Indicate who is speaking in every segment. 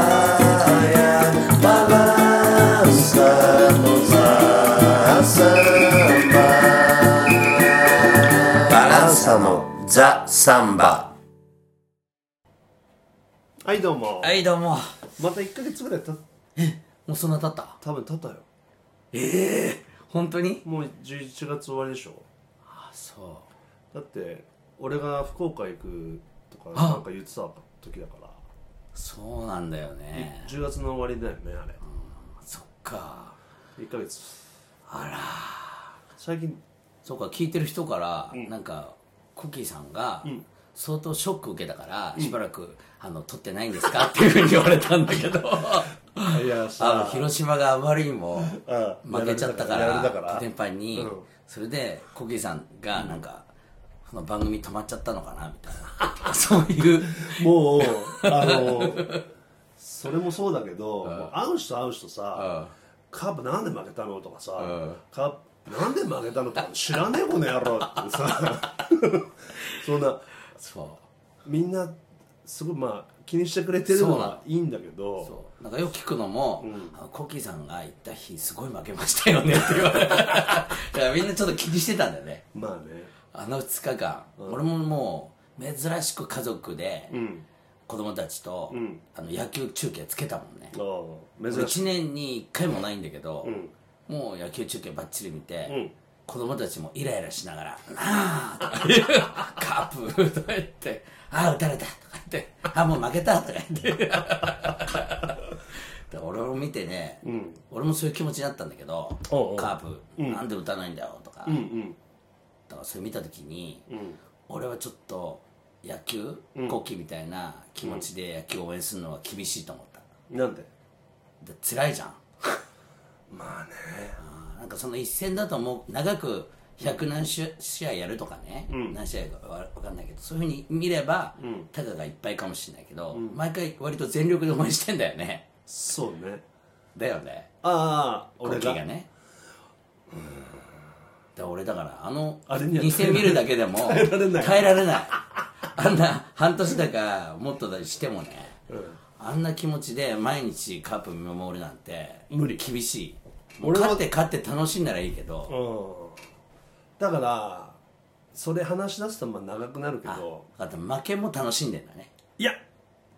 Speaker 1: Praia, balançamos a samba. Balançamos the samba.
Speaker 2: はいどうも、
Speaker 3: はいどうも
Speaker 2: また1ヶ月ぐらいた
Speaker 3: もうそんな経った
Speaker 2: 多分経ったよ
Speaker 3: 本当に
Speaker 2: もう11月終わりでしょ
Speaker 3: あそ
Speaker 2: だって俺が福岡行くとか
Speaker 3: あ
Speaker 2: なんか言ってた時だから
Speaker 3: うそうなんだよね
Speaker 2: 10月の終わりだよねあ
Speaker 3: そっか
Speaker 2: れ1ヶ月あら最近
Speaker 3: そっか聞いてる人から、なんかコッキーさんが、相当ショック受けたから、しばらくあの撮ってないんですかっていうふうに言われたんだけど
Speaker 2: いや
Speaker 3: あの広島があまりにも
Speaker 2: ああ
Speaker 3: 負けちゃったか
Speaker 2: やら
Speaker 3: ら
Speaker 2: れたから
Speaker 3: 天パンに、
Speaker 2: うん
Speaker 3: それでコキーさんがなんか、その番組止まっちゃったのかなみたいな そういう
Speaker 2: もうあのそれもそうだけど、もう会う人会う人さ、カープなんで負けたのとかさ、カープなんで負けたのとか知らねえこの野郎ってさ そんな
Speaker 3: そ
Speaker 2: みんなすごいまあ気にしてくれてるのはいいんだけ
Speaker 3: う
Speaker 2: ど
Speaker 3: そうなんかよく聞くのも、あのコキーさんが行った日すごい負けましたよねって言われて だからみんなちょっと気にしてたんだよね
Speaker 2: まあね
Speaker 3: あの2日間、俺ももう珍しく家族で、
Speaker 2: ん
Speaker 3: 子供たちと、
Speaker 2: ん
Speaker 3: あの野球中継つけたもんね
Speaker 2: ああ珍しい
Speaker 3: 1年に1回もないんだけど、
Speaker 2: ん
Speaker 3: もう野球中継ばっちり見て、
Speaker 2: ん
Speaker 3: 子供たちもイライラしながら「ああ」とか言う「カープ」とか言って「ああ打たれた」とか言って「ああもう負けた」とか言ってで俺を見てね、俺もそういう気持ちになったんだけど「
Speaker 2: おうおう
Speaker 3: カープ、なんで打たないんだよ」とか、
Speaker 2: うんうん
Speaker 3: だからそれ見た時に、
Speaker 2: ん
Speaker 3: 俺はちょっと野球国旗みたいな気持ちで野球を応援するのは厳しいと思った、
Speaker 2: なんで
Speaker 3: で辛いじゃん
Speaker 2: まあね
Speaker 3: あーなんかその一戦だともう長く百何試試合やるとかね、何試合かわわかんないけどそういうふうに見れば、たかがいっぱいかもしれないけど、毎回割と全力で応援してんだよね
Speaker 2: そうね
Speaker 3: だよね
Speaker 2: ああ俺
Speaker 3: コキ
Speaker 2: が
Speaker 3: がねだから俺だからあの
Speaker 2: あれには
Speaker 3: 2戦見るだけでも
Speaker 2: 耐えられない
Speaker 3: 耐えられないあんな半年だかもっとだりしてもね、あんな気持ちで毎日カープ見守るなんて
Speaker 2: 無理
Speaker 3: 厳しいもう
Speaker 2: 俺は
Speaker 3: 勝って勝って楽しんだらいいけど、
Speaker 2: うんだからそれ話し出すとまあ長くなるけど
Speaker 3: あと負けも楽しんでんだね
Speaker 2: いや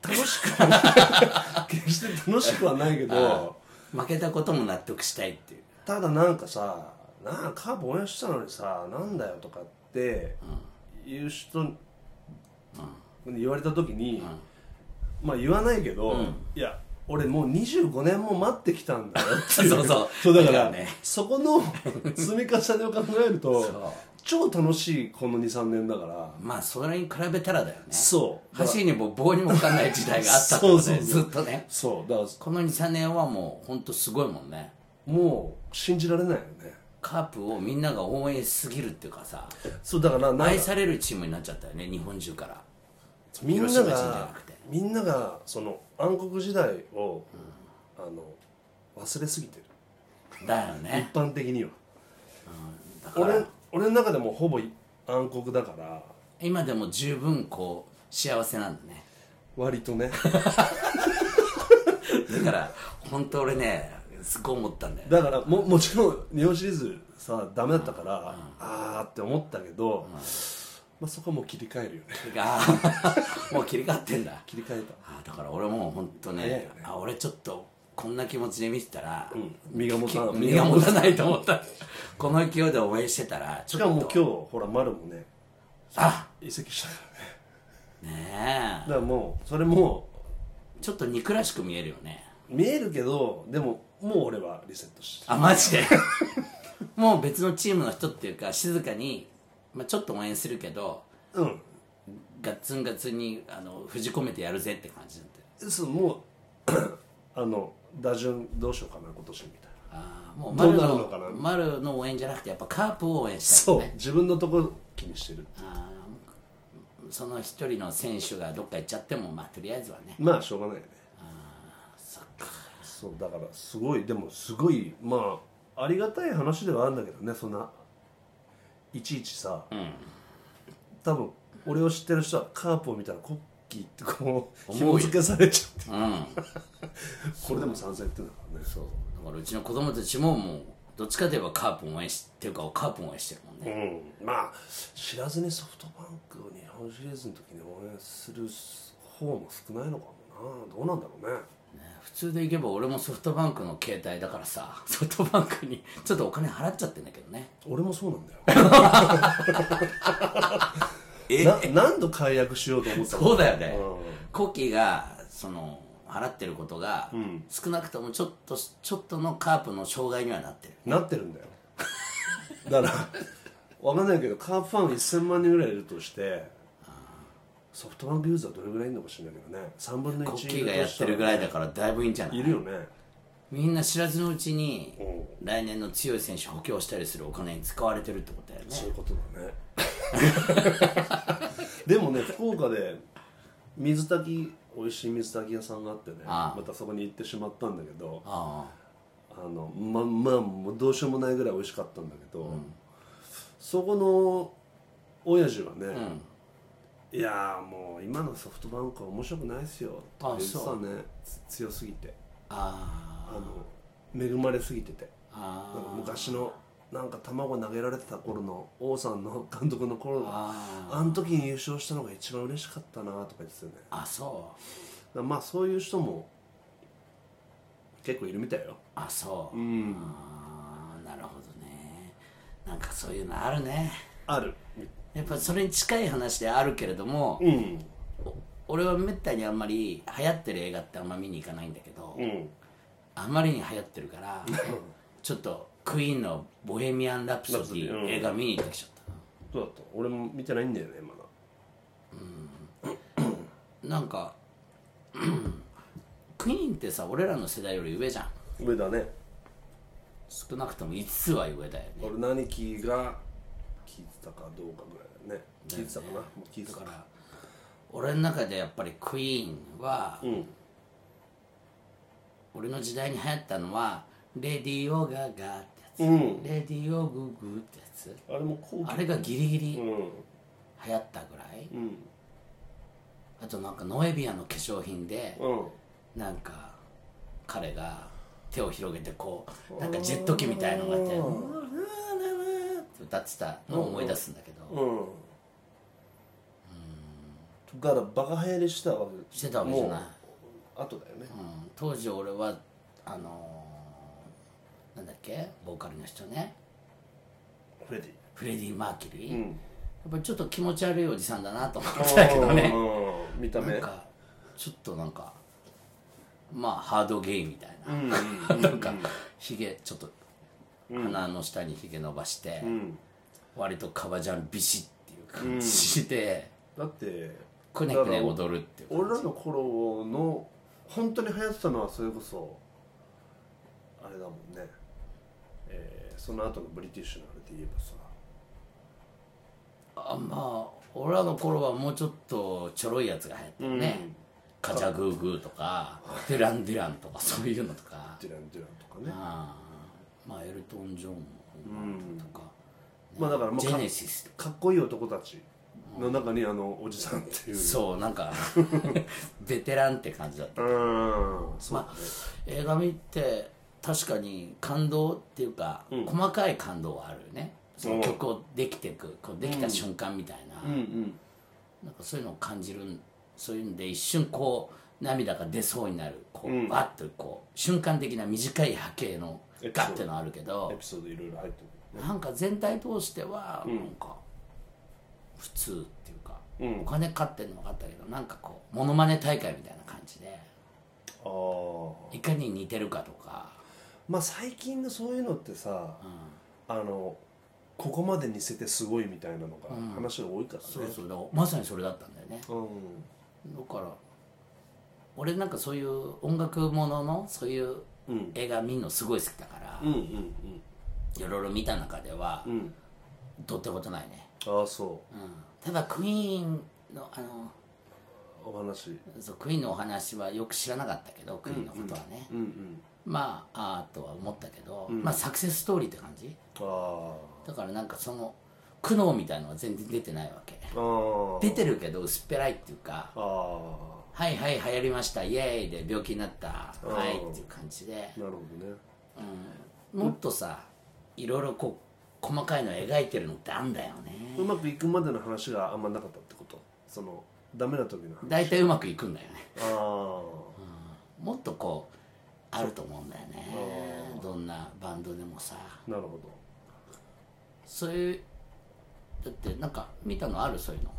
Speaker 2: 楽しくは 決して楽しくはないけど
Speaker 3: 負けたことも納得したいっていう
Speaker 2: ただなんかさなあカープ応援してたのにさなんだよとかって言う人に言われた時に、まあ言わないけど、いや俺もう25年も待ってきたんだよってい
Speaker 3: そうそう
Speaker 2: そうだから
Speaker 3: だからね
Speaker 2: そこ の積み重ねを考えると超楽しいこの23年だから
Speaker 3: まあそれに比べたらだよね
Speaker 2: そう
Speaker 3: 走りにも棒にもかかんない時代があったってこと
Speaker 2: そう
Speaker 3: ね
Speaker 2: そうそう
Speaker 3: ずっとね
Speaker 2: そうだから
Speaker 3: この23年はもうほんとすごいもんね
Speaker 2: もう信じられないよね
Speaker 3: カープをみんなが応援しすぎるっていうかさ
Speaker 2: そうだからなんか
Speaker 3: 愛されるチームになっちゃったよね日本中から
Speaker 2: みん
Speaker 3: 広
Speaker 2: な
Speaker 3: 島人じゃ
Speaker 2: が
Speaker 3: なくて
Speaker 2: みんながその暗黒時代を、あの忘れすぎてる
Speaker 3: だよね
Speaker 2: 一般的には
Speaker 3: だか
Speaker 2: 俺
Speaker 3: ら
Speaker 2: 俺の中でもほぼ暗黒だから
Speaker 3: 今でも十分こう幸せなんだね
Speaker 2: 割とね
Speaker 3: だから本当俺ねすごい思ったんだよね
Speaker 2: だからももちろん日本シリーズさダメだったから、あーって思ったけど、まあ、そこはもう切り替えるよね
Speaker 3: が もう切り替わってんだ
Speaker 2: 切り替えた
Speaker 3: あだから俺もう本当ね
Speaker 2: 早いよね
Speaker 3: あ俺ちょっとこんな気持ちで見てたら、
Speaker 2: 身が持たない
Speaker 3: 身が持たないと思ったこの勢いで応援してたらち
Speaker 2: し
Speaker 3: ょっ
Speaker 2: か
Speaker 3: と
Speaker 2: も今日ほら丸もね
Speaker 3: あ
Speaker 2: 移籍したからね
Speaker 3: ね
Speaker 2: だからもうそれも
Speaker 3: えちょっと憎らしく見えるよね
Speaker 2: 見えるけどでももう俺はリセットして
Speaker 3: あマジで もう別のチームの人っていうか静かに、まあ、ちょっと応援するけど
Speaker 2: うん
Speaker 3: ガッツンガッツンにあの封じ込めてやるぜって感じになってる
Speaker 2: そうもう あの打順どうしようかな今年みたいな
Speaker 3: あーもう
Speaker 2: どう
Speaker 3: 丸
Speaker 2: なる
Speaker 3: の
Speaker 2: のかな
Speaker 3: 丸の応援じゃなくてやっぱカープを応援したい
Speaker 2: そ
Speaker 3: ん
Speaker 2: う
Speaker 3: だね
Speaker 2: 自分のとこ気にしてる
Speaker 3: あーその一人の選手がどっか行っちゃってもまあとりあえずはね
Speaker 2: まあしょうがないよねそうだからすごいでもすごいまあありがたい話ではあるんだけどねそんないちいちさ、多分俺を知ってる人はカープを見たらコッキーってこう
Speaker 3: 思うよ
Speaker 2: 紐付けされちゃって
Speaker 3: うん
Speaker 2: これでも賛成ってんだからねそう
Speaker 3: だからうちの子供たちももうどっちかといえばカープを応援しっていうかカープを応援してるもんね
Speaker 2: うんまあ知らずにソフトバンクを日本シリーズの時に応援する方も少ないのかもなどうなんだろうね
Speaker 3: 普通でいけば俺もソフトバンクの携帯だからさ ソフトバンクにちょっとお金払っちゃってんだけどね
Speaker 2: 俺もそうなん だよな何度解約しようと思ったの
Speaker 3: そうだよね
Speaker 2: う
Speaker 3: コキがその払ってることが、少なくともちょっとちょっとのカープの障害にはなってる
Speaker 2: んなってるんだよだからわかんないけどカープファン1000万人ぐらいいるとしてソフトバンクユーザーどれぐらいいるのか知らないけどね3分の1
Speaker 3: コキがやってるぐらいだからだいぶいいんじゃない
Speaker 2: いるよね
Speaker 3: みんな知らずのうちに
Speaker 2: う
Speaker 3: 来年の強い選手補強したりするお金に使われてるってことだよね
Speaker 2: そういうことだね でもね福岡で水炊き美味しい水炊き屋さんがあってね
Speaker 3: ああ
Speaker 2: またそこに行ってしまったんだけど
Speaker 3: あ
Speaker 2: あのままあもうどうしようもないぐらい美味しかったんだけど、そこの親父はね、いやーもう今のソフトバンクは面白くないですよって言って
Speaker 3: あそ
Speaker 2: たねつ強すぎて
Speaker 3: ああ
Speaker 2: あの恵まれすぎてて
Speaker 3: ああ
Speaker 2: なんか昔のなんか卵投げられてた頃の王さんの監督の頃の
Speaker 3: あ
Speaker 2: あの時に優勝したのが一番嬉しかったなとか言ってたよねだか
Speaker 3: あそう
Speaker 2: らまあそういう人も結構いるみたいよ
Speaker 3: あそう、あーなるほどねなんかそういうのあるね
Speaker 2: ある
Speaker 3: やっぱそれに近い話であるけれども、
Speaker 2: うん
Speaker 3: お俺はめったにあんまり流行ってる映画ってあんま見に行かないんだけど、
Speaker 2: うん
Speaker 3: あまりに流行ってるからちょっとクイーンの「ボヘミアン・ラプソデ
Speaker 2: ラプソディう
Speaker 3: ィ」
Speaker 2: ん
Speaker 3: 映画見に行ってきちゃったな
Speaker 2: どうだった俺も見てないんだよねまだ
Speaker 3: なんかうんクイーンってさ俺らの世代より上じゃん
Speaker 2: 上だね
Speaker 3: 少なくとも5つは上だよね
Speaker 2: 俺何キーが聞いてたかどうかぐらいだよね聞いてたかなもう聞いて
Speaker 3: だ
Speaker 2: た
Speaker 3: か
Speaker 2: から
Speaker 3: 俺の中でやっぱりクイーンは、
Speaker 2: ん
Speaker 3: 俺の時代に流行ったのは「レディオガガ」ってやつ、
Speaker 2: うん
Speaker 3: レディオググ」ってやつ
Speaker 2: あれも後
Speaker 3: あ
Speaker 2: 期
Speaker 3: れがギリギリ流
Speaker 2: うん
Speaker 3: 行ったぐらい、
Speaker 2: うん
Speaker 3: あとなんかノエビアの化粧品で、
Speaker 2: うん
Speaker 3: なんか彼が手を広げてこうなんかジェット機みたいのがあってって歌ってたのを思い出すんだけど、
Speaker 2: うんだからバカ流行りしてたわけ
Speaker 3: してたわけじゃない、
Speaker 2: もう後だよね
Speaker 3: うん、当時俺はあのーなんだっけボーカルの人ね
Speaker 2: フレディ
Speaker 3: フレディ・マーキュリー、
Speaker 2: う
Speaker 3: や
Speaker 2: ん
Speaker 3: っぱりちょっと気持ち悪いおじさんだなと思ってたけどね
Speaker 2: うん見た
Speaker 3: な
Speaker 2: 目
Speaker 3: んかちょっとなんかまあハードゲイみたいな、
Speaker 2: う ん
Speaker 3: なんかひげちょっと鼻の下にひげ伸ばして、
Speaker 2: ん
Speaker 3: 割と革ジャンビシッっていう感じで、
Speaker 2: だって
Speaker 3: くねくね踊るっていう
Speaker 2: 俺らの頃の本当に流行ってたのはそれこそあれだもんね、えー、その後のブリティッシュのあれで言えばさ
Speaker 3: あまあ俺らの頃はもうちょっとちょろいやつが流行ったよね、
Speaker 2: うん
Speaker 3: カジャグーグーとかデュランデュランとかそういうのとか
Speaker 2: デュラン・デュランとかね
Speaker 3: あーまあエルトン・ジョンとか、
Speaker 2: まあだからもう
Speaker 3: ジェ
Speaker 2: か
Speaker 3: ネシスとか
Speaker 2: かっこいい男たちの中にあのおじさんっていう
Speaker 3: そうなん かベテランって感じだった
Speaker 2: うーんそうだね、
Speaker 3: まあ映画見て確かに感動っていうか、
Speaker 2: うん
Speaker 3: 細かい感動はあるよねその
Speaker 2: うん
Speaker 3: 曲をできてくこうできた瞬間みたいな、
Speaker 2: うんうん
Speaker 3: なんかそういうのを感じるそういうんで一瞬こう涙が出そうになるこう、
Speaker 2: うん
Speaker 3: バッとこう瞬間的な短い波形の
Speaker 2: エピソード
Speaker 3: ガッてのあるけど
Speaker 2: エピソードいろいろ入って
Speaker 3: なんか全体通してはなんか普通っていうか、
Speaker 2: うん
Speaker 3: お金かってんの分かったけどなんかこうモノマネ大会みたいな感じで
Speaker 2: くるああ
Speaker 3: いかに似てるかとか、
Speaker 2: まあ最近のそういうのってさ
Speaker 3: うん、
Speaker 2: あのここまで似せてすごいみたいなのが話が多いからね、
Speaker 3: そうそうだからまさにそれだったんだよね
Speaker 2: うん
Speaker 3: だから俺なんかそういう音楽もののそういう
Speaker 2: うん
Speaker 3: 映画見るのすごい好きだから、
Speaker 2: うんうん
Speaker 3: いろいろ見た中では、
Speaker 2: うんうん
Speaker 3: どうってことないね、
Speaker 2: ああそ
Speaker 3: うん、ただクイーンのあの
Speaker 2: うお話
Speaker 3: そうクイーンのお話はよく知らなかったけどクイーンのことはね、
Speaker 2: うんうん
Speaker 3: まああーとは思ったけど、まあサクセスストーリーって感じ
Speaker 2: ああ
Speaker 3: だからなんかその苦悩みたいのは全然出てないわけ
Speaker 2: あ
Speaker 3: 出てるけど薄っぺらいっていうか
Speaker 2: ああ
Speaker 3: はいはい流行りましたイエーイで病気になった
Speaker 2: ん
Speaker 3: はいっていう感じで
Speaker 2: ーなるほどね
Speaker 3: もっとさいろいろこう細かいの描いてるのってあんだよ
Speaker 2: う
Speaker 3: ね
Speaker 2: まくいくまでの話があんまなかったってことそのダメな時の話
Speaker 3: 大体うまくいくんだよね
Speaker 2: あ
Speaker 3: もっとこうあると思うんだよねどんなバンドでもさ
Speaker 2: あなるほ
Speaker 3: そういうだってなんか見たのあるそういうの
Speaker 2: ど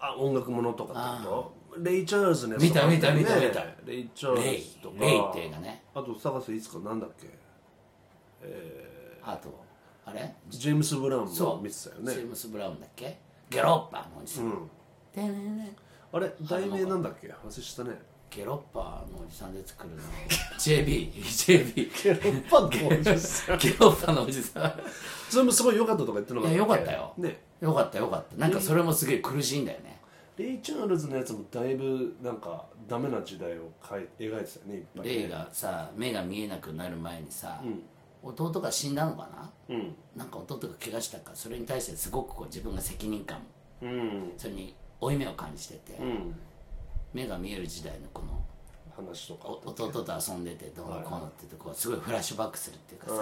Speaker 2: あ音楽ものとかってことレイ・チャールズのやつ
Speaker 3: 見た
Speaker 2: とかあったよね
Speaker 3: 見た見た見た
Speaker 2: レイ・チャー
Speaker 3: レ
Speaker 2: ル
Speaker 3: イ
Speaker 2: ズとか
Speaker 3: レイって映画ね
Speaker 2: あと探せいつかなんだっけ
Speaker 3: あとあれ
Speaker 2: ジェームス・ブラウン
Speaker 3: そ
Speaker 2: も
Speaker 3: う
Speaker 2: 見てたよね
Speaker 3: ジェームス・ブラウンだっけゲロッパのおじさん、
Speaker 2: うん
Speaker 3: でねね
Speaker 2: あれ題名なんだっけ忘れしたね
Speaker 3: ゲロッパのおじさんで作るの JB JB
Speaker 2: ゲロッパのおじさ
Speaker 3: ゲロッパのおじさ
Speaker 2: それもすごい良かったとか言ってなか
Speaker 3: ん
Speaker 2: っ
Speaker 3: い
Speaker 2: た
Speaker 3: や
Speaker 2: っ
Speaker 3: よ
Speaker 2: け
Speaker 3: かったよ、
Speaker 2: ね
Speaker 3: よかったよかったなんかそれもすげえ苦しいんだよね
Speaker 2: レイ・チャールズのやつもだいぶなんかダメな時代をかい描いてたよねいっぱいね
Speaker 3: レイがさ目が見えなくなる前にさ、弟が死んだのかな
Speaker 2: うん
Speaker 3: なんか弟が怪我したからそれに対してすごくこう自分が責任感も
Speaker 2: うん
Speaker 3: それに負い目を感じてて、
Speaker 2: うん
Speaker 3: 目が見える時代のこの
Speaker 2: 話とか
Speaker 3: お弟と遊んでてどうのこうのってとこうすごいフラッシュバックするっていうかさ、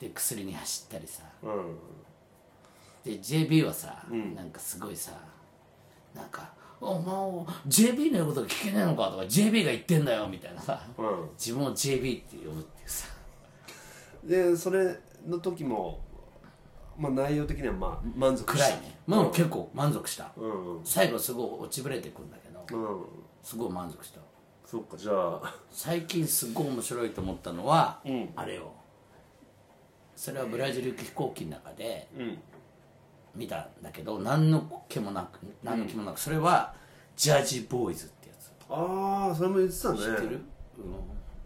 Speaker 3: で薬に走ったりさ
Speaker 2: うんうん
Speaker 3: で JB はさ、なんかすごいさなんか「お前 JB の言うことが聞けないのか」とか「JB が言ってんだよ」みたいなさ、
Speaker 2: うん
Speaker 3: 自分を JB って呼ぶっていうさ
Speaker 2: でそれの時もまあ内容的にはまあ満足
Speaker 3: 暗いねもう結構満足した、
Speaker 2: うんうん
Speaker 3: 最後すごい落ちぶれてくんだけど
Speaker 2: うん
Speaker 3: すごい満足した
Speaker 2: そっかじゃあ
Speaker 3: 最近すごい面白いと思ったのは、
Speaker 2: ん
Speaker 3: あれをそれはブラジル行き飛行機の中で
Speaker 2: うん
Speaker 3: 見たんだけど何の気もなく何の気もなく、それはジャージボーイズってやつ
Speaker 2: ああそれも言ってたね知
Speaker 3: 知ってる、うん、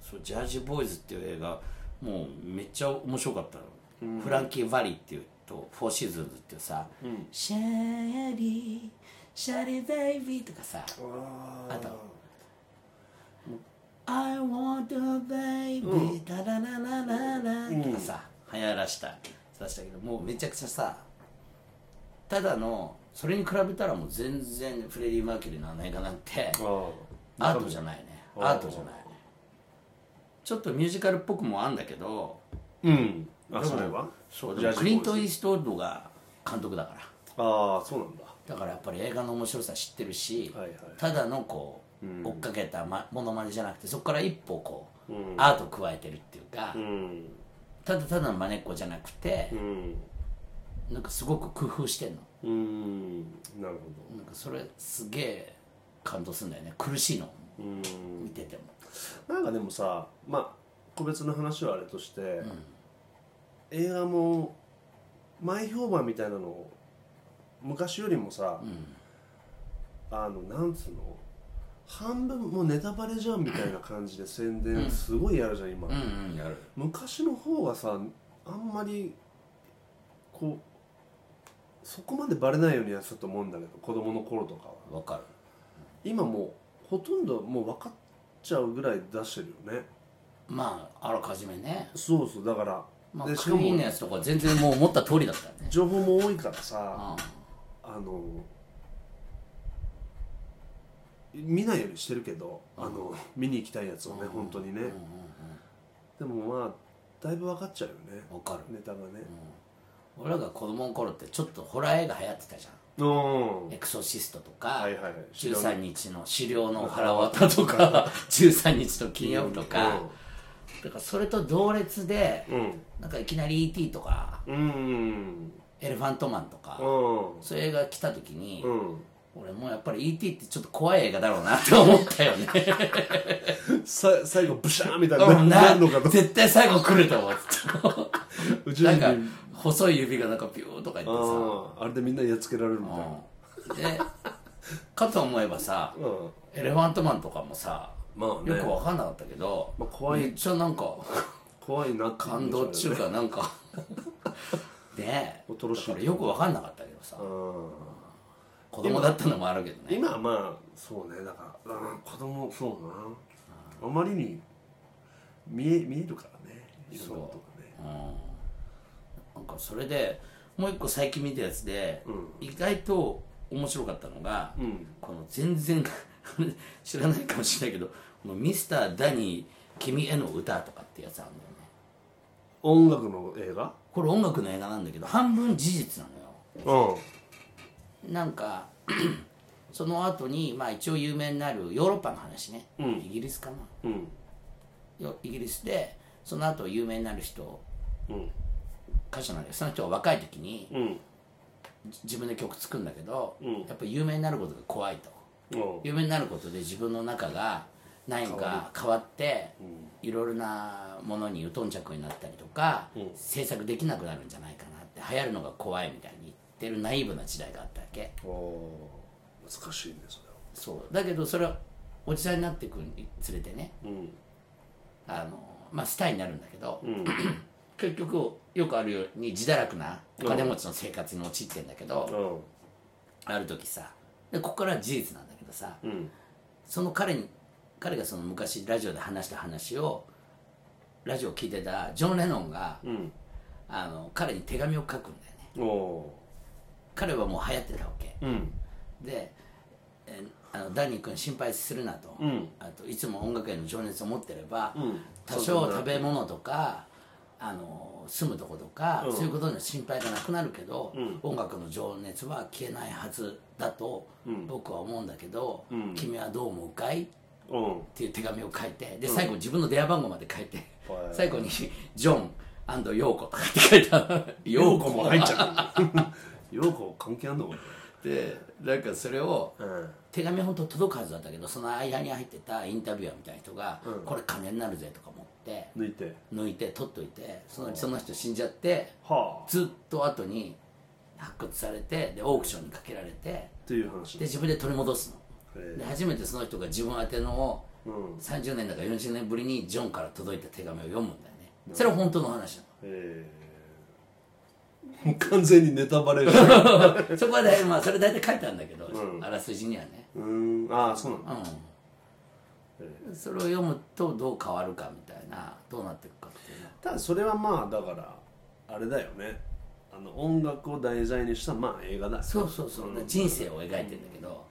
Speaker 3: そうジャージボーイズっていう映画もうめっちゃ面白かったの、フランキー・バリっていうとフォーシーズンズっていうさ「シャーリーシャーリーベイビー」とかさ
Speaker 2: あ
Speaker 3: あと「I want a baby、タラララララ」とかさ流行らしたさしたけどもうめちゃくちゃさただのそれに比べたらもう全然フレディ・マーキュリーのあの映画なんて
Speaker 2: あー
Speaker 3: アートじゃないねアートじゃないちょっとミュージカルっぽくもあんだけど
Speaker 2: うんあそれは
Speaker 3: そう
Speaker 2: ジ
Speaker 3: で
Speaker 2: ャー
Speaker 3: も
Speaker 2: ジ
Speaker 3: クリント・
Speaker 2: ボ
Speaker 3: イ
Speaker 2: ー
Speaker 3: ーストウッドが監督だから
Speaker 2: ああそうなんだ
Speaker 3: だからやっぱり映画の面白さ知ってるし、
Speaker 2: はいはい
Speaker 3: ただのこう、追っかけたまものまねじゃなくてそこから一歩こう、アートを加えてるっていうか、
Speaker 2: うん
Speaker 3: ただただのまねっこじゃなくて
Speaker 2: う、ん
Speaker 3: なんかすごく工夫してんの
Speaker 2: うんなるほ
Speaker 3: なんかそれすげえ感動するんだよね苦しいの
Speaker 2: どうん
Speaker 3: 見てても、
Speaker 2: なんかでもさまあ個別の話はあれとして、映画も前評判みたいなのを昔よりもさ、あのなんつうの半分もうネタバレじゃんみたいな感じで宣伝すごいやるじゃん今、
Speaker 3: うんうんやる
Speaker 2: 昔の方がさあんまりこうそこまでバレないようにやってたと思うんだけど子供の頃とかは
Speaker 3: わかる
Speaker 2: 今もうほとんどもう分かっちゃうぐらい出してるよね
Speaker 3: まああらかじめね
Speaker 2: そうそうだから、
Speaker 3: まあ、
Speaker 2: でし
Speaker 3: ク
Speaker 2: か
Speaker 3: リーン
Speaker 2: も
Speaker 3: のやつとか全然もう思った通りだったよね
Speaker 2: 情報も多いからさ
Speaker 3: あ
Speaker 2: あの見ないようにしてるけどあの見に行きたいやつをね本当にねでもまあだいぶ分かっちゃうよね
Speaker 3: あわかる
Speaker 2: ネタがね
Speaker 3: 俺らが子供の頃ってちょっとホラー映画流行ってたじゃ
Speaker 2: うん
Speaker 3: ん「エクソシスト」とか、
Speaker 2: はいはいはい
Speaker 3: 13日の「狩猟の腹渡」とか「13日 の金曜日」とか、だからそれと同列で、
Speaker 2: うん
Speaker 3: なんかいきなり E.T. とか
Speaker 2: うん
Speaker 3: 「エレファントマン」とか、
Speaker 2: うん
Speaker 3: そういう映画来た時に、
Speaker 2: うん
Speaker 3: 俺もうやっぱり E.T. ってちょっと怖い映画だろうなって思ったよ ね
Speaker 2: さ最後ブシャーみたい
Speaker 3: うん
Speaker 2: にななるのかと
Speaker 3: 絶対最後来ると思って た
Speaker 2: 宇宙
Speaker 3: なん
Speaker 2: 人
Speaker 3: か
Speaker 2: に
Speaker 3: 細い指がなんかピューとか言ってさ
Speaker 2: ああれでみんなやっつけられるみたいな
Speaker 3: でかと思えばさ
Speaker 2: うん
Speaker 3: 「エレファントマン」とかもさ
Speaker 2: まあね
Speaker 3: よく分かんなかったけど、
Speaker 2: まあ怖い
Speaker 3: めっちゃなんか
Speaker 2: 怖いなっていう
Speaker 3: 感動中かなん かねえ
Speaker 2: 恐ろしい
Speaker 3: だからよく分かんなかったけどさ
Speaker 2: うん
Speaker 3: 子供だったのもあるけどね
Speaker 2: 今はまあそうねだからうん子供そうなあまりに見え見えるからねいろんなことがね
Speaker 3: うんなんかそれでもう一個最近見たやつで、意外と面白かったのが、この全然 知らないかもしれないけどこのミスターダニー君への歌とかってやつあるんだよね
Speaker 2: 音楽の映画
Speaker 3: これ音楽の映画なんだけど半分事実なのよ
Speaker 2: うん
Speaker 3: なんか その後にまあ一応有名になるヨーロッパの話ね、イギリスかな
Speaker 2: うん
Speaker 3: よイギリスでその後有名になる人
Speaker 2: うん
Speaker 3: 歌手なんだけどその人は若い時に
Speaker 2: うん
Speaker 3: じ自分で曲作るんだけど、
Speaker 2: ん
Speaker 3: やっぱ有名になることが怖いと
Speaker 2: うん
Speaker 3: 有名になることで自分の中が何か変わって、いろいろなものに疎ん着になったりとか、制作できなくなるんじゃないかなって流行るのが怖いみたいに言ってるナイーブな時代があったわけ
Speaker 2: おー難しいねそ
Speaker 3: そうだけどそれはおじさんになっていくにつれてね
Speaker 2: れはうん
Speaker 3: あの、まあ、スターになるんだけど、
Speaker 2: ん
Speaker 3: 結局よくあるように自堕落なお金持ちの生活に陥ってんだけど、
Speaker 2: うん
Speaker 3: ある時さでここからは事実なんだけどさ、
Speaker 2: うん
Speaker 3: その彼に彼がその昔ラジオで話した話をラジオを聞いてたジョン・レノンが、
Speaker 2: ん
Speaker 3: あの彼に手紙を書くんだよね
Speaker 2: お
Speaker 3: 彼はもう流行ってたわけ
Speaker 2: ーうん
Speaker 3: でえーあのダニー君心配するなと、
Speaker 2: ん
Speaker 3: あといつも音楽への情熱を持ってれば、
Speaker 2: ん
Speaker 3: 多少食べ物とかあの住むとことか、そういうことの心配がなくなるけど、音楽の情熱は消えないはずだと僕は思うんだけど、君はどう思うかいっ
Speaker 2: うん
Speaker 3: ていう手紙を書いてで最後自分の電話番号まで書いて、
Speaker 2: はい
Speaker 3: 最後に「ジョンヨーコ」とかって書いたヨーコも
Speaker 2: 入っちゃう ようこ関係あんのこ
Speaker 3: でなんかそれを
Speaker 2: れうん
Speaker 3: 手紙本当届くはずだったけどその間に入ってたインタビュアーみたいな人が、これ金になるぜとか持って
Speaker 2: 抜いて
Speaker 3: 抜いて取っといてそのその人死んじゃって
Speaker 2: はあ
Speaker 3: ずっと後に発掘されてでオークションにかけられて
Speaker 2: っていう話
Speaker 3: で自分で取り戻す
Speaker 2: へ
Speaker 3: の
Speaker 2: え
Speaker 3: で初めてその人が自分宛てのを
Speaker 2: うん
Speaker 3: 30年だか40年ぶりにジョンから届いた手紙を読むんだよねそれは本当の話な
Speaker 2: ええ完全にネタバレが
Speaker 3: の そこはだいぶまあそれ大体書いてあるんだけど、
Speaker 2: うん
Speaker 3: あらすじにはね
Speaker 2: うーんああそうなんだ
Speaker 3: うんそれを読むとどう変わるかみたいなどうなっていくかっていうの
Speaker 2: ただそれはまあだからあれだよねあの音楽を題材にしたまあ映画だ
Speaker 3: そうそうそう、人生を描いてんだけど、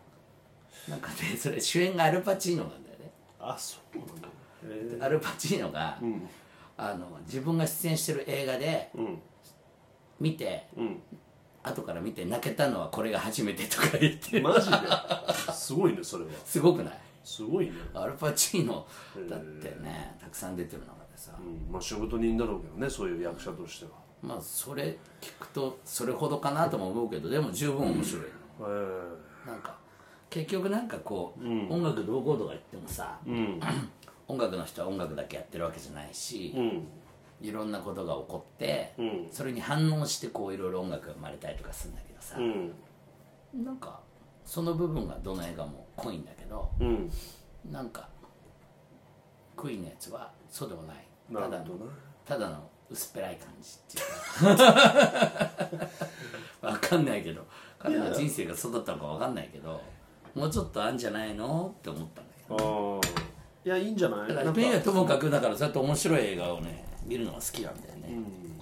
Speaker 3: なんかねそれ主演がアルパチーノなんだよね
Speaker 2: あそうなんだへ
Speaker 3: アルパチーノが、あの自分が出演してる映画で
Speaker 2: えうん
Speaker 3: 見て、後から見て泣けたのはこれが初めてとか言って
Speaker 2: マジです ごいねそれは
Speaker 3: すごくない
Speaker 2: すごいね
Speaker 3: アルパチーノだってねたくさん出てる中でさ、
Speaker 2: うんまあ仕事人だろうけどねそういう役者としては
Speaker 3: まあそれ聞くとそれほどかなとも思うけどでも十分面白い、
Speaker 2: へえ
Speaker 3: なんか結局なんかこう、音楽どうこうとか言ってもさ、音楽の人は音楽だけやってるわけじゃないし、
Speaker 2: うん
Speaker 3: いろんなことが起こって、
Speaker 2: ん
Speaker 3: それに反応してこういろいろ音楽が生まれたりとかするんだけどさ
Speaker 2: う、ん
Speaker 3: なんかその部分がどの映画も濃いんだけど
Speaker 2: うん
Speaker 3: なんかクイーンのやつはそうでもない
Speaker 2: な
Speaker 3: た
Speaker 2: る
Speaker 3: だ
Speaker 2: ほ
Speaker 3: の
Speaker 2: どな
Speaker 3: ただの薄っぺらい感じっていうかわかんないけど彼の人生がそうだったのかわかんないけどもうちょっとあんじゃないのって思ったんだけど
Speaker 2: ああいやいいんじゃない
Speaker 3: だか
Speaker 2: な
Speaker 3: ら
Speaker 2: んか
Speaker 3: ペンはともかくだからそうやって面白い映画をね見るのが好きなんだよね、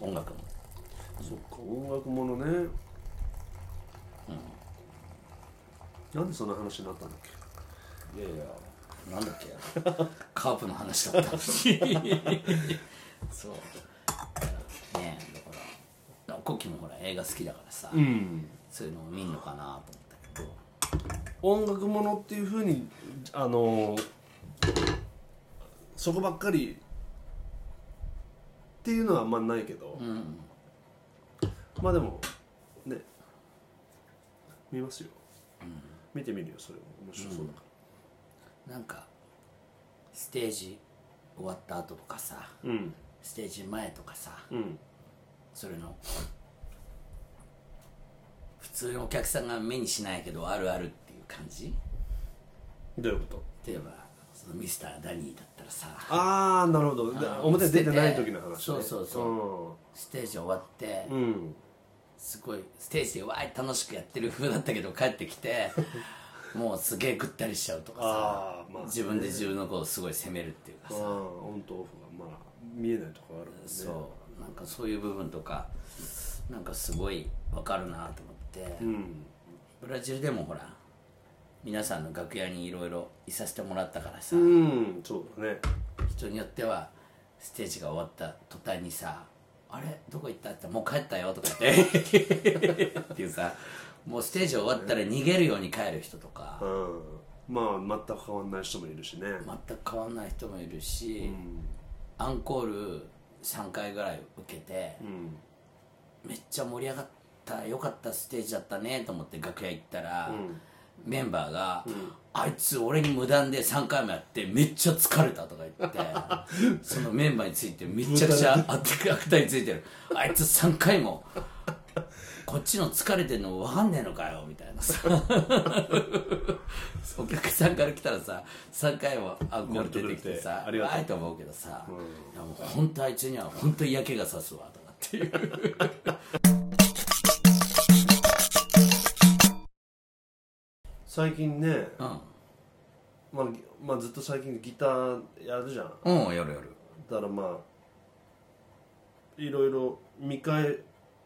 Speaker 3: 音楽も
Speaker 2: そっか音楽ものね、なんでそんな話になったんだっ
Speaker 3: いやいやなんだっけ カープの話だったしそうねえだからコキもほら映画好きだからさ、
Speaker 2: け、うん、
Speaker 3: そういうのを見んのかなと思ったけど
Speaker 2: 音楽ものっていうふうにあのーそこばっかりっていうのはあんまないけど、まあでもね見ますよ、見てみるよそれ面白そうだか
Speaker 3: なんかステージ終わった後とかさ
Speaker 2: らうん
Speaker 3: ステージ前とかさ
Speaker 2: うん
Speaker 3: それの普通のお客さんが目にしないけどあるあるっていう感じ
Speaker 2: どういうこと
Speaker 3: 例えばそのミスターダニーだったらさ
Speaker 2: ああなるほどで表に出てない時の話、ね、
Speaker 3: そうそうそステージ終わって、
Speaker 2: うん、うん、
Speaker 3: すごいステージでわーい楽しくやってる風だったけど帰ってきてもうすげえぐったりしちゃうとかさ
Speaker 2: あ、ーまあね
Speaker 3: 自分で自分のことをすごい責めるっていうか
Speaker 2: あ
Speaker 3: さ、
Speaker 2: あオンとオフがまあ見えないところあるもんね
Speaker 3: そうなんかそういう部分とかなんかすごいわかるなと思って、
Speaker 2: うん
Speaker 3: ブラジルでもほら皆さんの楽屋にいろいろいさせてもらったからさ、
Speaker 2: うんそうだね
Speaker 3: 人によってはステージが終わった途端にさ「あれどこ行った?」って「もう帰ったよ」とか言って っていうさもうステージ終わったら逃げるように帰る人とか
Speaker 2: うんまあ全く変わんない人もいるしね
Speaker 3: 全く変わんない人もいるし、アンコール3回ぐらい受けて、
Speaker 2: うん
Speaker 3: めっちゃ盛り上がったよかったステージだったねと思って楽屋行ったら、メンバーが、あいつ俺に無断で3回もやってめっちゃ疲れた」とか言って そのメンバーについてめちゃくちゃあったくたについてる「あいつ3回もこっちの疲れてんの分かんねえのかよ」みたいな さお客さんから来たらさ3回もアンコール出てきてさ
Speaker 2: やってくれてありがとう
Speaker 3: いと思うけどさ、いやもう本当あいつには本当嫌気がさすわとかっていう。
Speaker 2: 最近ね、
Speaker 3: う
Speaker 2: まあ、ぎまあずっと最近ギターやるじゃん
Speaker 3: ん、うん、やるやる
Speaker 2: だからまあいろいろ見返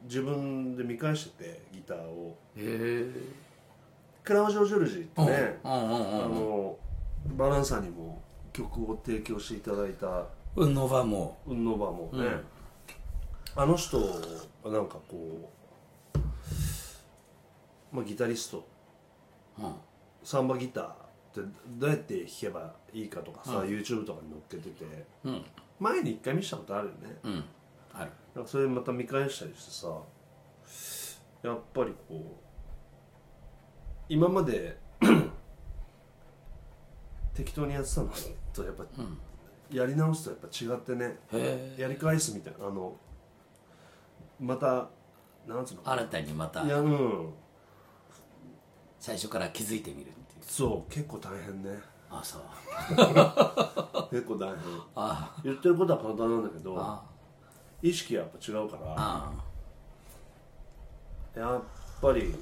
Speaker 2: 自分で見返しててギターを
Speaker 3: へ
Speaker 2: クラウジョ・ジョルジーって
Speaker 3: え
Speaker 2: ね、
Speaker 3: うんうん
Speaker 2: あ
Speaker 3: うん
Speaker 2: のバランサーにも曲を提供していただいた
Speaker 3: うんのはも
Speaker 2: ウンノバもね、あの人はなんかこう、まあ、ギタリスト
Speaker 3: う、うん、
Speaker 2: サンバギターってどうやって弾けばいいかとかさ、YouTube とかに載っけてて、
Speaker 3: うん
Speaker 2: 前に一回見したことあるよね、
Speaker 3: うんある
Speaker 2: なんかそれまた見返したりしてさやっぱりこう今まで 適当にやってたのとやっぱ、やり直すとやっぱ違ってね
Speaker 3: へ
Speaker 2: やり返すみたいなあのまたなんつうの
Speaker 3: 新たにまた
Speaker 2: いやうん
Speaker 3: 最初から気づいてみるっていう
Speaker 2: そう結構大変ね
Speaker 3: あそう
Speaker 2: 結構大変
Speaker 3: あ
Speaker 2: 言ってることは簡単なんだけど
Speaker 3: あ
Speaker 2: 意識はやっぱ違うから
Speaker 3: あ
Speaker 2: やっぱり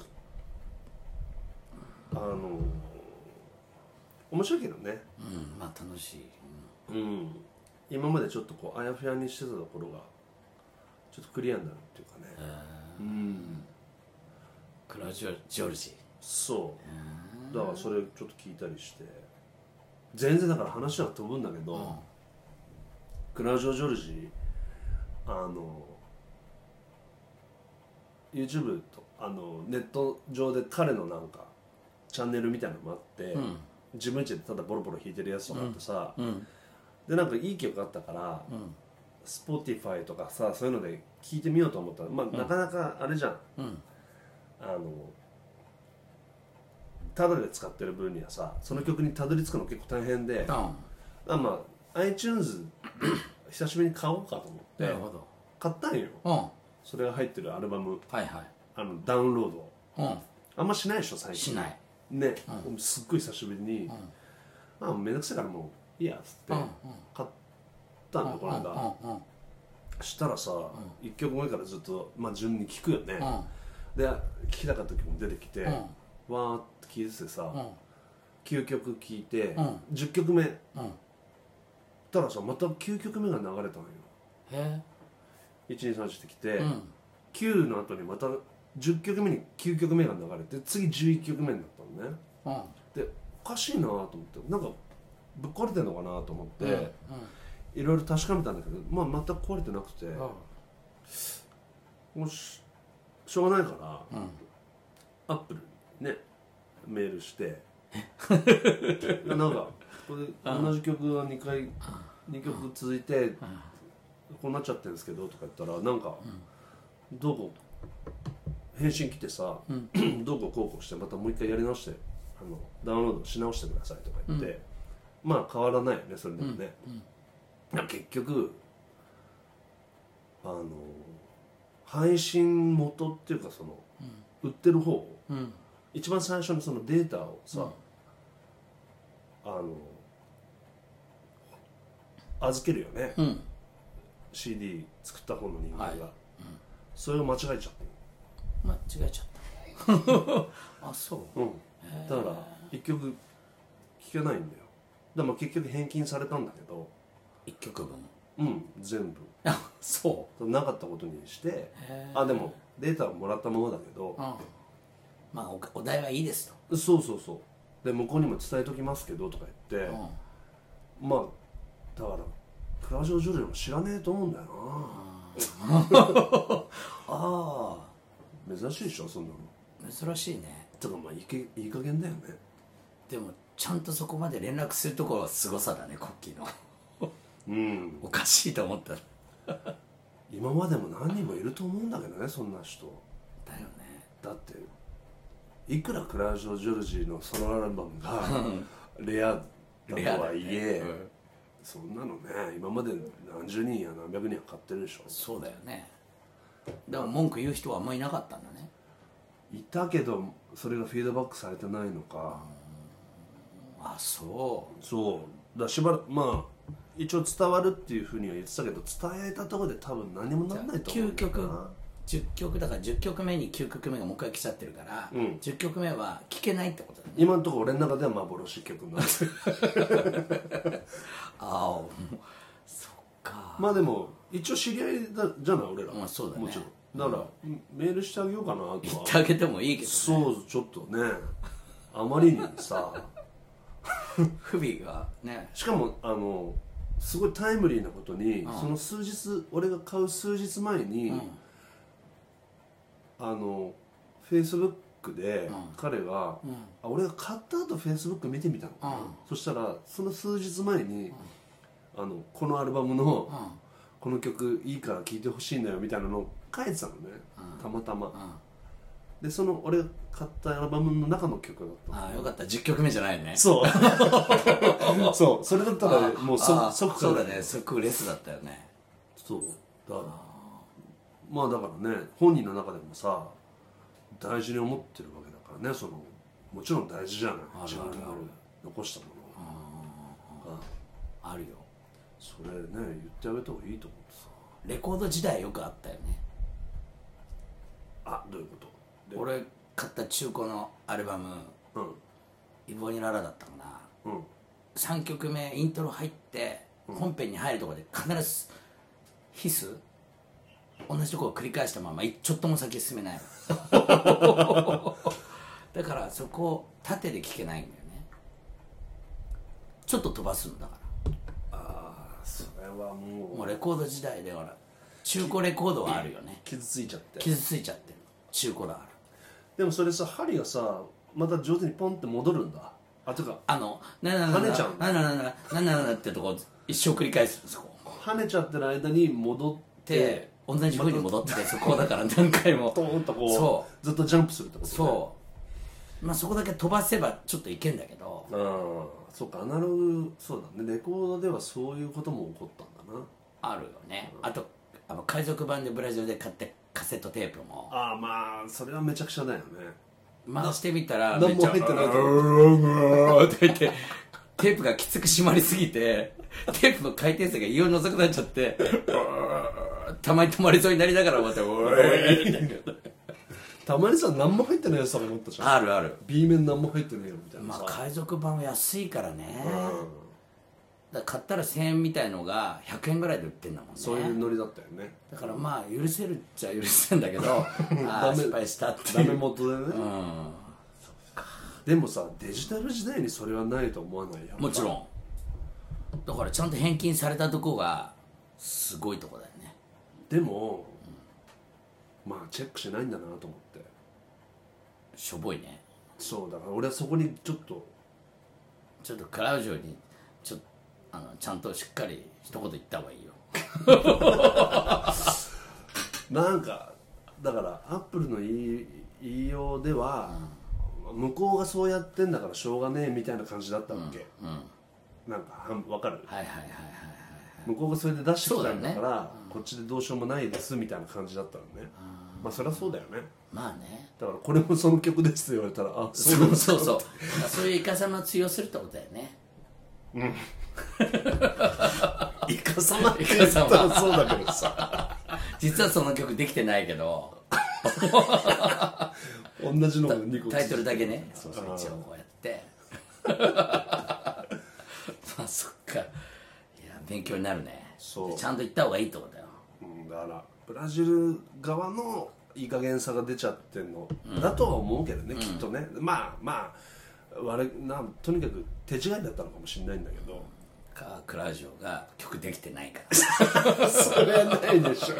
Speaker 2: あの面白いけどね、
Speaker 3: うんまあ楽しい、
Speaker 2: うん、今までちょっとこうあやふやにしてたところがちょっとクリアになるっていうかね、
Speaker 3: クラウジョジョルジ
Speaker 2: そうだからそれちょっと聞いたりして全然だから話は飛ぶんだけど、クラウジョ・ジョルジあの YouTube とあのネット上で彼のなんかチャンネルみたいなのもあって、自分家でただボロボロ弾いてるやつとかってさ、でなんかいい曲あったから、Spotify とかさそういうので聴いてみようと思ったらまあ、なかなかあれじゃん、あのただで使ってる分にはさその曲にたどり着くの結構大変で、
Speaker 3: ーうん
Speaker 2: あまあ iTunes 久しぶりに買おうかと思って
Speaker 3: なるほど
Speaker 2: 買ったんよ
Speaker 3: うんは
Speaker 2: それが入ってるアルバム
Speaker 3: いはい
Speaker 2: あのダウンロード
Speaker 3: うん
Speaker 2: あんましないでしょ最近
Speaker 3: しない
Speaker 2: ね、すっごい久しぶりに、あめんどくさいからもういいやっつって
Speaker 3: うんうん
Speaker 2: 買ったんだこの間、
Speaker 3: うんうん
Speaker 2: したらさ、一1曲目からずっと、まあ、順に聴くよね、
Speaker 3: うん
Speaker 2: で聴きたかった曲も出てきて、
Speaker 3: ん
Speaker 2: わーって聴いててさ、
Speaker 3: うん
Speaker 2: 9曲聴いて、
Speaker 3: ん
Speaker 2: 10曲目
Speaker 3: うん
Speaker 2: たらさまた9曲目が流れたのよ
Speaker 3: へ
Speaker 2: 1231ってきて、
Speaker 3: えうん
Speaker 2: 9の後にまた10曲目に9曲目が流れて次11曲目になったのね
Speaker 3: うん
Speaker 2: でおかしいなと思ってなんかぶっ壊れてんのかなと思って、
Speaker 3: うん
Speaker 2: いろいろ確かめたんだけど、まあ、全く壊れてなくて、
Speaker 3: うん
Speaker 2: もうししょうがないから、
Speaker 3: うん
Speaker 2: アップルにねメールしてなんかこれ同じ曲が2回2曲続いてこうなっちゃってるんですけどとか言ったらなんか、どうこう返信来てさ、 どうこうこうこうしてまたもう一回やり直してあのダウンロードし直してくださいとか言って、まあ変わらないよねそれでもね、いや結局あの配信元っていうかその、売ってる方、
Speaker 3: ん
Speaker 2: 一番最初のそのデータをさ、あの預けるよね、
Speaker 3: うん
Speaker 2: CD 作った方の人間が、
Speaker 3: はい
Speaker 2: それを間違えちゃっ
Speaker 3: 間違えちゃった あそ
Speaker 2: た、うん、だから一曲聴けないんだよだからまあ結局返金されたんだけど
Speaker 3: う一曲分
Speaker 2: うん全部
Speaker 3: あそ
Speaker 2: なかったことにして
Speaker 3: へー
Speaker 2: あでもデータはもらったものだけど
Speaker 3: う、うん、まあおお題はいいですと
Speaker 2: そうそうそうで向こうにも伝えときますけどとか言って、まあだからクラジオ・ジョルジョも知らねえと思う んだよ
Speaker 3: あ
Speaker 2: な珍しいでしょそんなの
Speaker 3: あ珍しいね
Speaker 2: てかまあいいけいい加減だよね
Speaker 3: でもちゃんとそこまで連絡するところはすごさだねコッキーの
Speaker 2: うん
Speaker 3: おかしいと思っただ
Speaker 2: 今までも何人もいると思うんだけどねそんな人
Speaker 3: よね
Speaker 2: だっていくらクラジオ・ジョルジーのソロアルバムがレア
Speaker 3: レア
Speaker 2: だ
Speaker 3: だ
Speaker 2: とは
Speaker 3: よ
Speaker 2: い
Speaker 3: ね
Speaker 2: え、
Speaker 3: うん
Speaker 2: そんなのね今まで何十人や何百人は買ってるでしょ
Speaker 3: そうだよねでも文句言う人はあんまいなかったんだね
Speaker 2: いたけどそれがフィードバックされてないのか、
Speaker 3: あそう
Speaker 2: そうだしばらくまあ一応伝わるっていうふうには言ってたけど伝えたところで多分何もならないと思う
Speaker 3: 9
Speaker 2: んだよな
Speaker 3: 曲10曲だから10曲目に9曲目がもう一回来ちゃってるから、
Speaker 2: うん
Speaker 3: 10曲目は聴けないってことだね
Speaker 2: 今のところ俺の中では幻曲になってる
Speaker 3: ああもうそっか
Speaker 2: まあでも一応知り合いだじゃない俺ら、
Speaker 3: まあそうだね
Speaker 2: もちろんだから、メールしてあげようかなとは
Speaker 3: 言ってあげてもいいけど
Speaker 2: そうちょっとねあまりにさ
Speaker 3: 不備がね
Speaker 2: しかもあのすごいタイムリーなことに、その数日俺が買う数日前に、あのフェイスブックで彼が、あ俺が買った後フェイスブック見てみたの、そしたらその数日前に、あのこのアルバムの、この曲いいから聴いてほしいんだよみたいなのを書いてたのね、たまたま、でその俺が買ったアルバムの中の曲だったの
Speaker 3: ああよかった10曲目じゃないね
Speaker 2: そう。 そう。それだったら、もう
Speaker 3: あ
Speaker 2: そ
Speaker 3: あ
Speaker 2: 即
Speaker 3: そう
Speaker 2: か
Speaker 3: だ
Speaker 2: ら
Speaker 3: ね。即レスだったよね
Speaker 2: そう。だから。まあだからね、本人の中でもさ、大事に思ってるわけだからね、その、もちろん大事じゃない。自分の残したものは
Speaker 3: あるよ
Speaker 2: それね、言ってあげた方がいいと思ってさ。
Speaker 3: レコード時代よくあったよね
Speaker 2: あ、どういうことで
Speaker 3: 俺買った中古のアルバム
Speaker 2: うん。
Speaker 3: 「イボニララ」だったかな
Speaker 2: うん。
Speaker 3: 3曲目イントロ入って本編に入るとこで必ずヒス同じとこを繰り返したままいちょっとも先進めない だからそこを縦で聞けないんだよねちょっと飛ばすんだから
Speaker 2: ああ、それはも
Speaker 3: もうレコード時代でほら中古レコードはあるよね
Speaker 2: う、傷ついちゃって。
Speaker 3: 傷ついちゃってる中古だから
Speaker 2: でもそれさ、針がさ、また上手にポンって戻るんだ。あ、てか、
Speaker 3: あの「なななな
Speaker 2: 跳ねちゃう
Speaker 3: ななななななな」ってとこ一生繰り返すそこ
Speaker 2: 跳ねちゃってる間に戻って
Speaker 3: で、同じ風に戻ってそこをだから何回も
Speaker 2: トーンとこう
Speaker 3: そ
Speaker 2: ずっとジャンプするってことね
Speaker 3: そうまあそこだけ飛ばせばちょっといけんだけど
Speaker 2: うんそうかアナログそうだねレコードではそういうことも起こったんだな
Speaker 3: あるよねあとあの海賊版でブラジルで買ってカセットテープも
Speaker 2: ああまあそれはめちゃくちゃだよね
Speaker 3: 回してみたら
Speaker 2: 何
Speaker 3: めっ
Speaker 2: も
Speaker 3: ちゃ
Speaker 2: 入ってないと
Speaker 3: うーんって言ってテープがきつく締まりすぎてテープの回転数が異様に遅くなっちゃってうーんたまに止まりそうになりながらまたうーんって
Speaker 2: たまにさ何も入ってないやつとか思ったじゃん
Speaker 3: あるある
Speaker 2: B 面何も入ってないよみたいな
Speaker 3: ま
Speaker 2: さ
Speaker 3: あ、海賊版は安いからね
Speaker 2: うん
Speaker 3: だから買ったら1000円みたいのが100円ぐらいで売ってんだもんね
Speaker 2: そういうノリだったよね
Speaker 3: だからまあ許せるっちゃ許せんだ けどあ
Speaker 2: ダ
Speaker 3: あ
Speaker 2: メ
Speaker 3: 失敗したって
Speaker 2: ダ
Speaker 3: い
Speaker 2: メ
Speaker 3: う
Speaker 2: 元でね、でもさデジタル時代にそれはないと思わないよ
Speaker 3: もちろんだからちゃんと返金されたとこがすごいとこだよね
Speaker 2: でも、まあチェックしないんだなと思って
Speaker 3: しょぼいね
Speaker 2: そうだから俺はそこにちょっと
Speaker 3: ちょっとクラウジョにちょっとあのちゃんとしっかり一言言った方がいいよ
Speaker 2: なんかだからアップルの言い言いようでは、向こうがそうやってんだからしょうがねえみたいな感じだったわけ、なんかはんわかる
Speaker 3: はいはいはいはい
Speaker 2: 向こうがそれで出してきたんだ
Speaker 3: そ
Speaker 2: か
Speaker 3: うだ
Speaker 2: らこっちでどうしようもないですみたいな感じだったのね、まあそりゃそうだよね
Speaker 3: まあね
Speaker 2: だからこれもその曲ですって言われたらあ
Speaker 3: そ
Speaker 2: そう
Speaker 3: う
Speaker 2: です
Speaker 3: そうそうそういうイカ様を通用するってことだよね
Speaker 2: イカ様って言ったらそうだけどさ
Speaker 3: 実はその曲できてないけど
Speaker 2: 同じのが2個
Speaker 3: タイトルだけねそうそう一応こうやって まあそっかいや勉強になるね
Speaker 2: そそう
Speaker 3: ちゃんと行った方がいいってことよ
Speaker 2: うんだからブラジル側のいい加減さが出ちゃってんの、だとは思うけどね、きっとねまあまあ悪いなとにかく手違いだったのかもしれないんだけど、
Speaker 3: カークラジオが曲できてないから
Speaker 2: それはないでしょ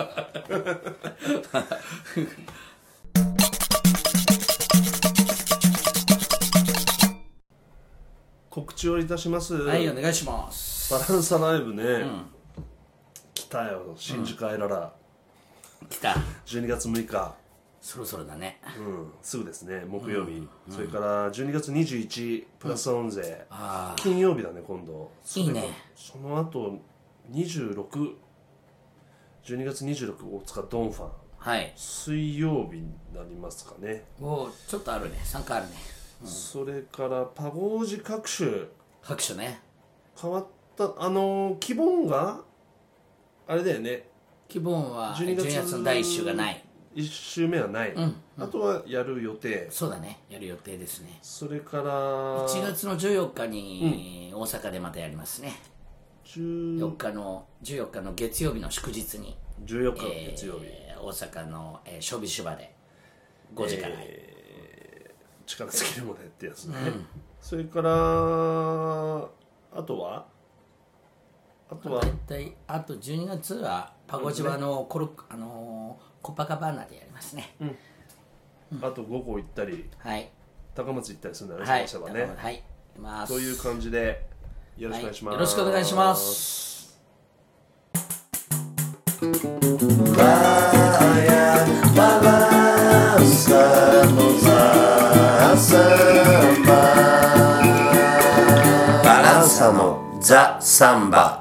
Speaker 2: 告知をいたします、
Speaker 3: はいお願いします
Speaker 2: バランサライブね、来たよ新宿アイララ、
Speaker 3: 来た
Speaker 2: 12月6日、
Speaker 3: そろそろだね
Speaker 2: うん、すぐですね木曜日、それから12月21プラスオンゼ、
Speaker 3: あ
Speaker 2: 金曜日だね今度
Speaker 3: いいね
Speaker 2: その後2612月26大塚ドンファン
Speaker 3: はい
Speaker 2: 水曜日になりますかね、
Speaker 3: おおちょっとあるね参加あるね
Speaker 2: それからパゴージ各種
Speaker 3: 拍手ね
Speaker 2: 変わったあのー、希望があれだよね
Speaker 3: 希望は
Speaker 2: 12
Speaker 3: 12
Speaker 2: 月
Speaker 3: 月の第1週がない
Speaker 2: 1週目はない、あとはやる予定
Speaker 3: そうだねやる予定ですね
Speaker 2: それから
Speaker 3: 1月の14日に大阪でまたやりますね、
Speaker 2: 10
Speaker 3: 4日の14日の月曜日の祝日に
Speaker 2: 14日の月曜日、
Speaker 3: えー大阪のえーショビシュバで5時から、
Speaker 2: 力尽きるまでってやつね、それからあとはあとは
Speaker 3: 大体あと12月はパゴジバのコロ、あのーコパカバーナでやりますね、
Speaker 2: あと5個行ったり
Speaker 3: はい
Speaker 2: 高松行ったりするんだね、
Speaker 3: はい
Speaker 2: その人は
Speaker 3: だか
Speaker 2: ね
Speaker 3: らはい行きます
Speaker 2: という感じでよろしくお願いしま
Speaker 3: はい
Speaker 2: す、
Speaker 3: よろしくお願いします
Speaker 1: バランサのザ・サンババランサのザ・サンバ